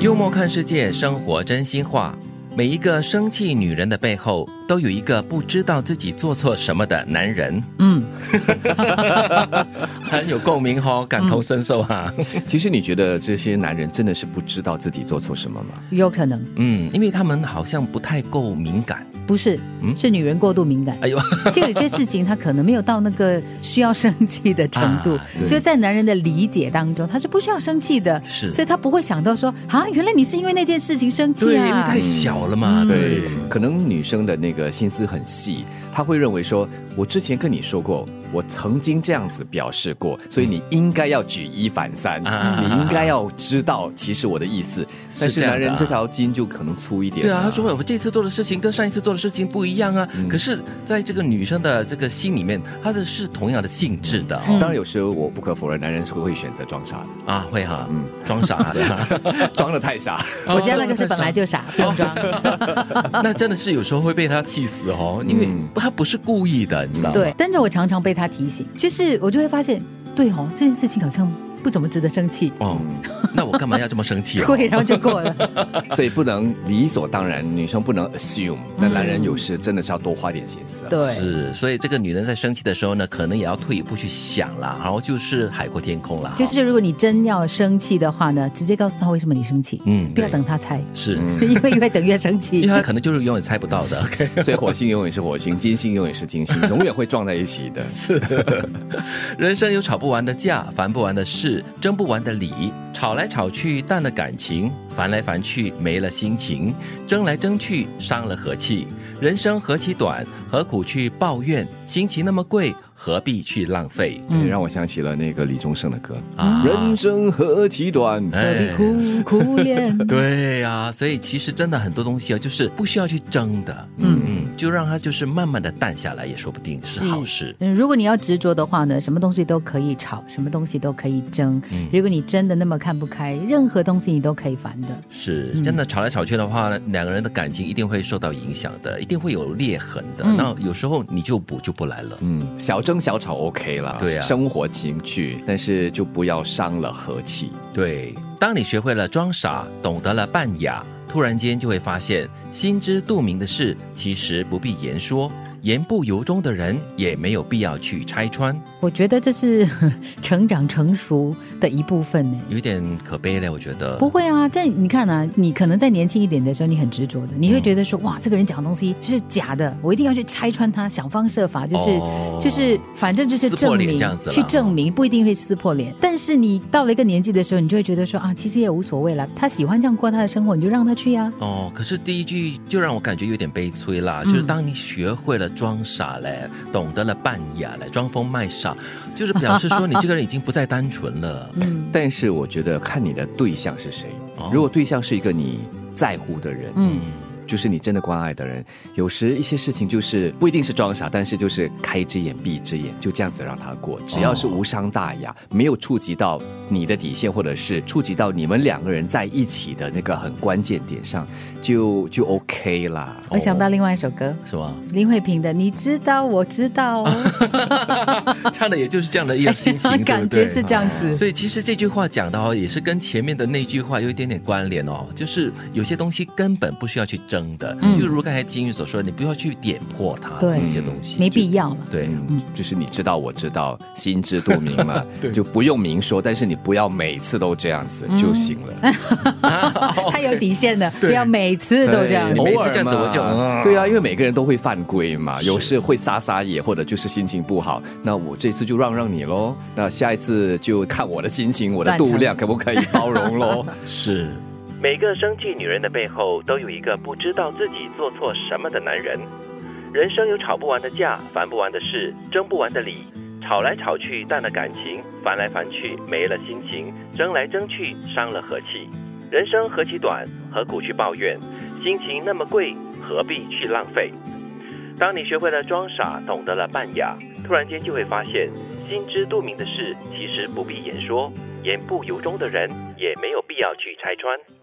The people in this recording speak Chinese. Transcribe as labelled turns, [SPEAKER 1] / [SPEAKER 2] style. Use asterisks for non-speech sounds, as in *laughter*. [SPEAKER 1] 幽默看世界，生活真心话。每一个生气女人的背后，都有一个不知道自己做错什么的男人。 *laughs*
[SPEAKER 2] 嗯，
[SPEAKER 1] 很有共鸣哦，感同身受啊哈、
[SPEAKER 3] 其实你觉得这些男人真的是不知道自己做错什么吗？
[SPEAKER 2] 有可能
[SPEAKER 1] *laughs* 嗯，因为他们好像不太够敏感。
[SPEAKER 2] 不是，
[SPEAKER 1] 嗯
[SPEAKER 2] 是女人过度敏感。
[SPEAKER 1] 哎呦，
[SPEAKER 2] *laughs* 就有些事情，他可能没有到那个需要生气的程度，
[SPEAKER 1] *laughs* 啊
[SPEAKER 3] 对
[SPEAKER 2] 就在男人的理解当中，他是不需要生气的，
[SPEAKER 1] 是
[SPEAKER 2] 所以他不会想到说啊，原来你是因为那件事情生
[SPEAKER 1] 对，
[SPEAKER 2] 气
[SPEAKER 1] 因为
[SPEAKER 2] 啊
[SPEAKER 1] 太，小了嘛，
[SPEAKER 2] 嗯
[SPEAKER 1] 对，
[SPEAKER 3] 可能女生的那个心思很细，她会认为说，我之前跟你说过，我曾经这样子表示过，所以你应该要举一反三，
[SPEAKER 1] 啊
[SPEAKER 3] 你应该要知道其实我的意思。但
[SPEAKER 1] 是
[SPEAKER 3] 是
[SPEAKER 1] 这样的啊
[SPEAKER 3] 男人这条筋就可能粗一点、哦
[SPEAKER 1] 对啊，他说我这次做的事情跟上一次做的事情不一样啊。可是，在这个女生的这个心里面，她的是同样的性质的哦、
[SPEAKER 3] 当然，有时候我不可否认，男人是会选择装傻
[SPEAKER 1] 啊，会哈、装傻 *laughs* 的。
[SPEAKER 3] 的，装的太傻。
[SPEAKER 2] 我家
[SPEAKER 1] *laughs*
[SPEAKER 2] 那个是本来就傻，
[SPEAKER 1] 哦
[SPEAKER 2] 不用装。 *laughs*
[SPEAKER 1] 那真的是有时候会被他气死哦，因为
[SPEAKER 3] 嗯
[SPEAKER 1] 他不是故意的，你知道吗？
[SPEAKER 2] 对，但是我常常被他提醒，就是我就会发现，对哦，这件事情好像不怎么值得生气，
[SPEAKER 1] 哦，那我干嘛要这么生气、哦？
[SPEAKER 2] 对，然后就
[SPEAKER 1] *laughs*
[SPEAKER 2] 过了。
[SPEAKER 3] 所以不能理所当然，女生不能 assume。那
[SPEAKER 1] 嗯
[SPEAKER 3] 男人有时真的是要多花点心思、
[SPEAKER 2] *laughs*
[SPEAKER 3] 啊。
[SPEAKER 2] 对，
[SPEAKER 1] 是，所以这个女人在生气的时候呢，可能也要退一步去想啦，然后就是海阔天空啦。
[SPEAKER 2] 就是如果你真要生气的话呢，直接告诉他为什么你生气，
[SPEAKER 1] 嗯
[SPEAKER 2] 不要
[SPEAKER 1] 对
[SPEAKER 2] 等他嗯猜，
[SPEAKER 1] 是，
[SPEAKER 2] *laughs* 因为越等越生气。
[SPEAKER 1] 因为她可能就是永远猜不到的。 *laughs*
[SPEAKER 3] 所以火星永远是火星，金星永远是金星，永远会撞在一起的。
[SPEAKER 1] *laughs* 人生有吵不完的架，烦不完的事，争不完的理，吵来吵去淡了感情，烦来烦去没了心情，争来争去伤了和气。人生何其短，何苦去抱怨？心情那么贵，何必去浪费？
[SPEAKER 3] 也让我想起了那个李宗盛的歌
[SPEAKER 1] 嗯啊嗯
[SPEAKER 3] 《人生何其短》。
[SPEAKER 2] 何必苦苦恋？
[SPEAKER 1] 哎 *laughs* 对呀、所以其实真的很多东西啊，就是不需要去争的，嗯嗯，就让它就是慢慢的淡下来，也说不定是好事。
[SPEAKER 2] 嗯，如果你要执着的话呢，什么东西都可以吵，什么东西都可以争。
[SPEAKER 1] 嗯
[SPEAKER 2] 如果你真的那么看不开，任何东西你都可以烦的。
[SPEAKER 1] 是，真的吵来吵去的话，两个人的感情一定会受到影响的，一定会有裂痕的。那有时候你就补就不来了。
[SPEAKER 3] 嗯，小争小吵 OK 了，
[SPEAKER 1] 对啊
[SPEAKER 3] 生活情趣，但是就不要伤了和气。
[SPEAKER 1] 对，当你学会了装傻，懂得了扮哑，突然间就会发现，心知肚明的事其实不必言说，言不由衷的人也没有必要去拆穿，
[SPEAKER 2] 我觉得这是 *laughs* 成长成熟的一部分呢。
[SPEAKER 1] 有点可悲嘞，我觉得。
[SPEAKER 2] 不会啊，但你看啊，你可能在年轻一点的时候，你很执着的，你会觉得
[SPEAKER 1] 嗯
[SPEAKER 2] 说，哇，这个人讲的东西就是假的，我一定要去拆穿他，想方设法，就是、
[SPEAKER 1] 哦
[SPEAKER 2] 就是，反正就是
[SPEAKER 1] 撕破
[SPEAKER 2] 证
[SPEAKER 1] 脸
[SPEAKER 2] 明
[SPEAKER 1] 这样子啦哦
[SPEAKER 2] 去证明，不一定会撕破脸。但是你到了一个年纪的时候，你就会觉得说啊，其实也无所谓了，他喜欢这样过他的生活，你就让他去呀、啊
[SPEAKER 1] 哦，可是第一句就让我感觉有点悲催啦，
[SPEAKER 2] 嗯
[SPEAKER 1] 就是当你学会了装傻嘞，懂得了扮哑嘞，装疯卖傻，就是表示说你这个人已经不再单纯
[SPEAKER 2] *laughs*
[SPEAKER 1] 了。
[SPEAKER 2] 嗯
[SPEAKER 3] 但是我觉得看你的对象是谁，
[SPEAKER 1] 哦
[SPEAKER 3] 如果对象是一个你在乎的人，
[SPEAKER 2] 嗯，
[SPEAKER 3] 就是你真的关爱的人，有时一些事情就是不一定是装傻，但是就是开一只眼闭一只眼，就这样子让他过，只要是无伤大雅，没有触及到你的底线，或者是触及到你们两个人在一起的那个很关键点上，就就 OK 啦。
[SPEAKER 2] 我想到另外一首歌，
[SPEAKER 1] 是吗？
[SPEAKER 2] 林慧萍的《你知道我知道》，
[SPEAKER 1] 唱的也就是这样的一个 *laughs* 心
[SPEAKER 2] *laughs*
[SPEAKER 1] 情，对不
[SPEAKER 2] 感
[SPEAKER 1] 对啊
[SPEAKER 2] 觉是这样子。
[SPEAKER 1] 所以其实这句话讲的哦，也是跟前面的那句话有一点点关联哦，就是有些东西根本不需要去争的，就如刚才金玉所说，你不要去点破它，
[SPEAKER 2] 嗯对
[SPEAKER 1] 有些东西
[SPEAKER 2] 没必
[SPEAKER 1] 要。 *laughs*
[SPEAKER 2] 要了。
[SPEAKER 1] 对，
[SPEAKER 3] 嗯，就是你知道，我知道，心知肚明嘛，就不用明说，但是你不要每次都这样子就行了。
[SPEAKER 1] 哦
[SPEAKER 2] 他有底线的，不要每次都这样
[SPEAKER 3] 对
[SPEAKER 1] 你
[SPEAKER 2] 子。
[SPEAKER 1] 每次
[SPEAKER 3] 偶尔
[SPEAKER 1] 这样子
[SPEAKER 3] 嘛
[SPEAKER 1] 我就嗯
[SPEAKER 3] 对啊，因为每个人都会犯规嘛，有时会撒撒野，或者就是心情不好，那我这次就让让你喽，那下一次就看我的心情，我的
[SPEAKER 2] 赞成
[SPEAKER 3] 度量可不可以包容喽。
[SPEAKER 1] 是。每个生气女人的背后，都有一个不知道自己做错什么的男人。人生有吵不完的架，烦不完的事，争不完的理，吵来吵去淡了感情，烦来烦去没了心情，争来争去伤了和气。人生何其短，何苦去抱怨？心情那么贵，何必去浪费？当你学会了装傻，懂得了扮哑，突然间就会发现，心知肚明的事其实不必言说，言不由衷的人也没有必要去拆穿。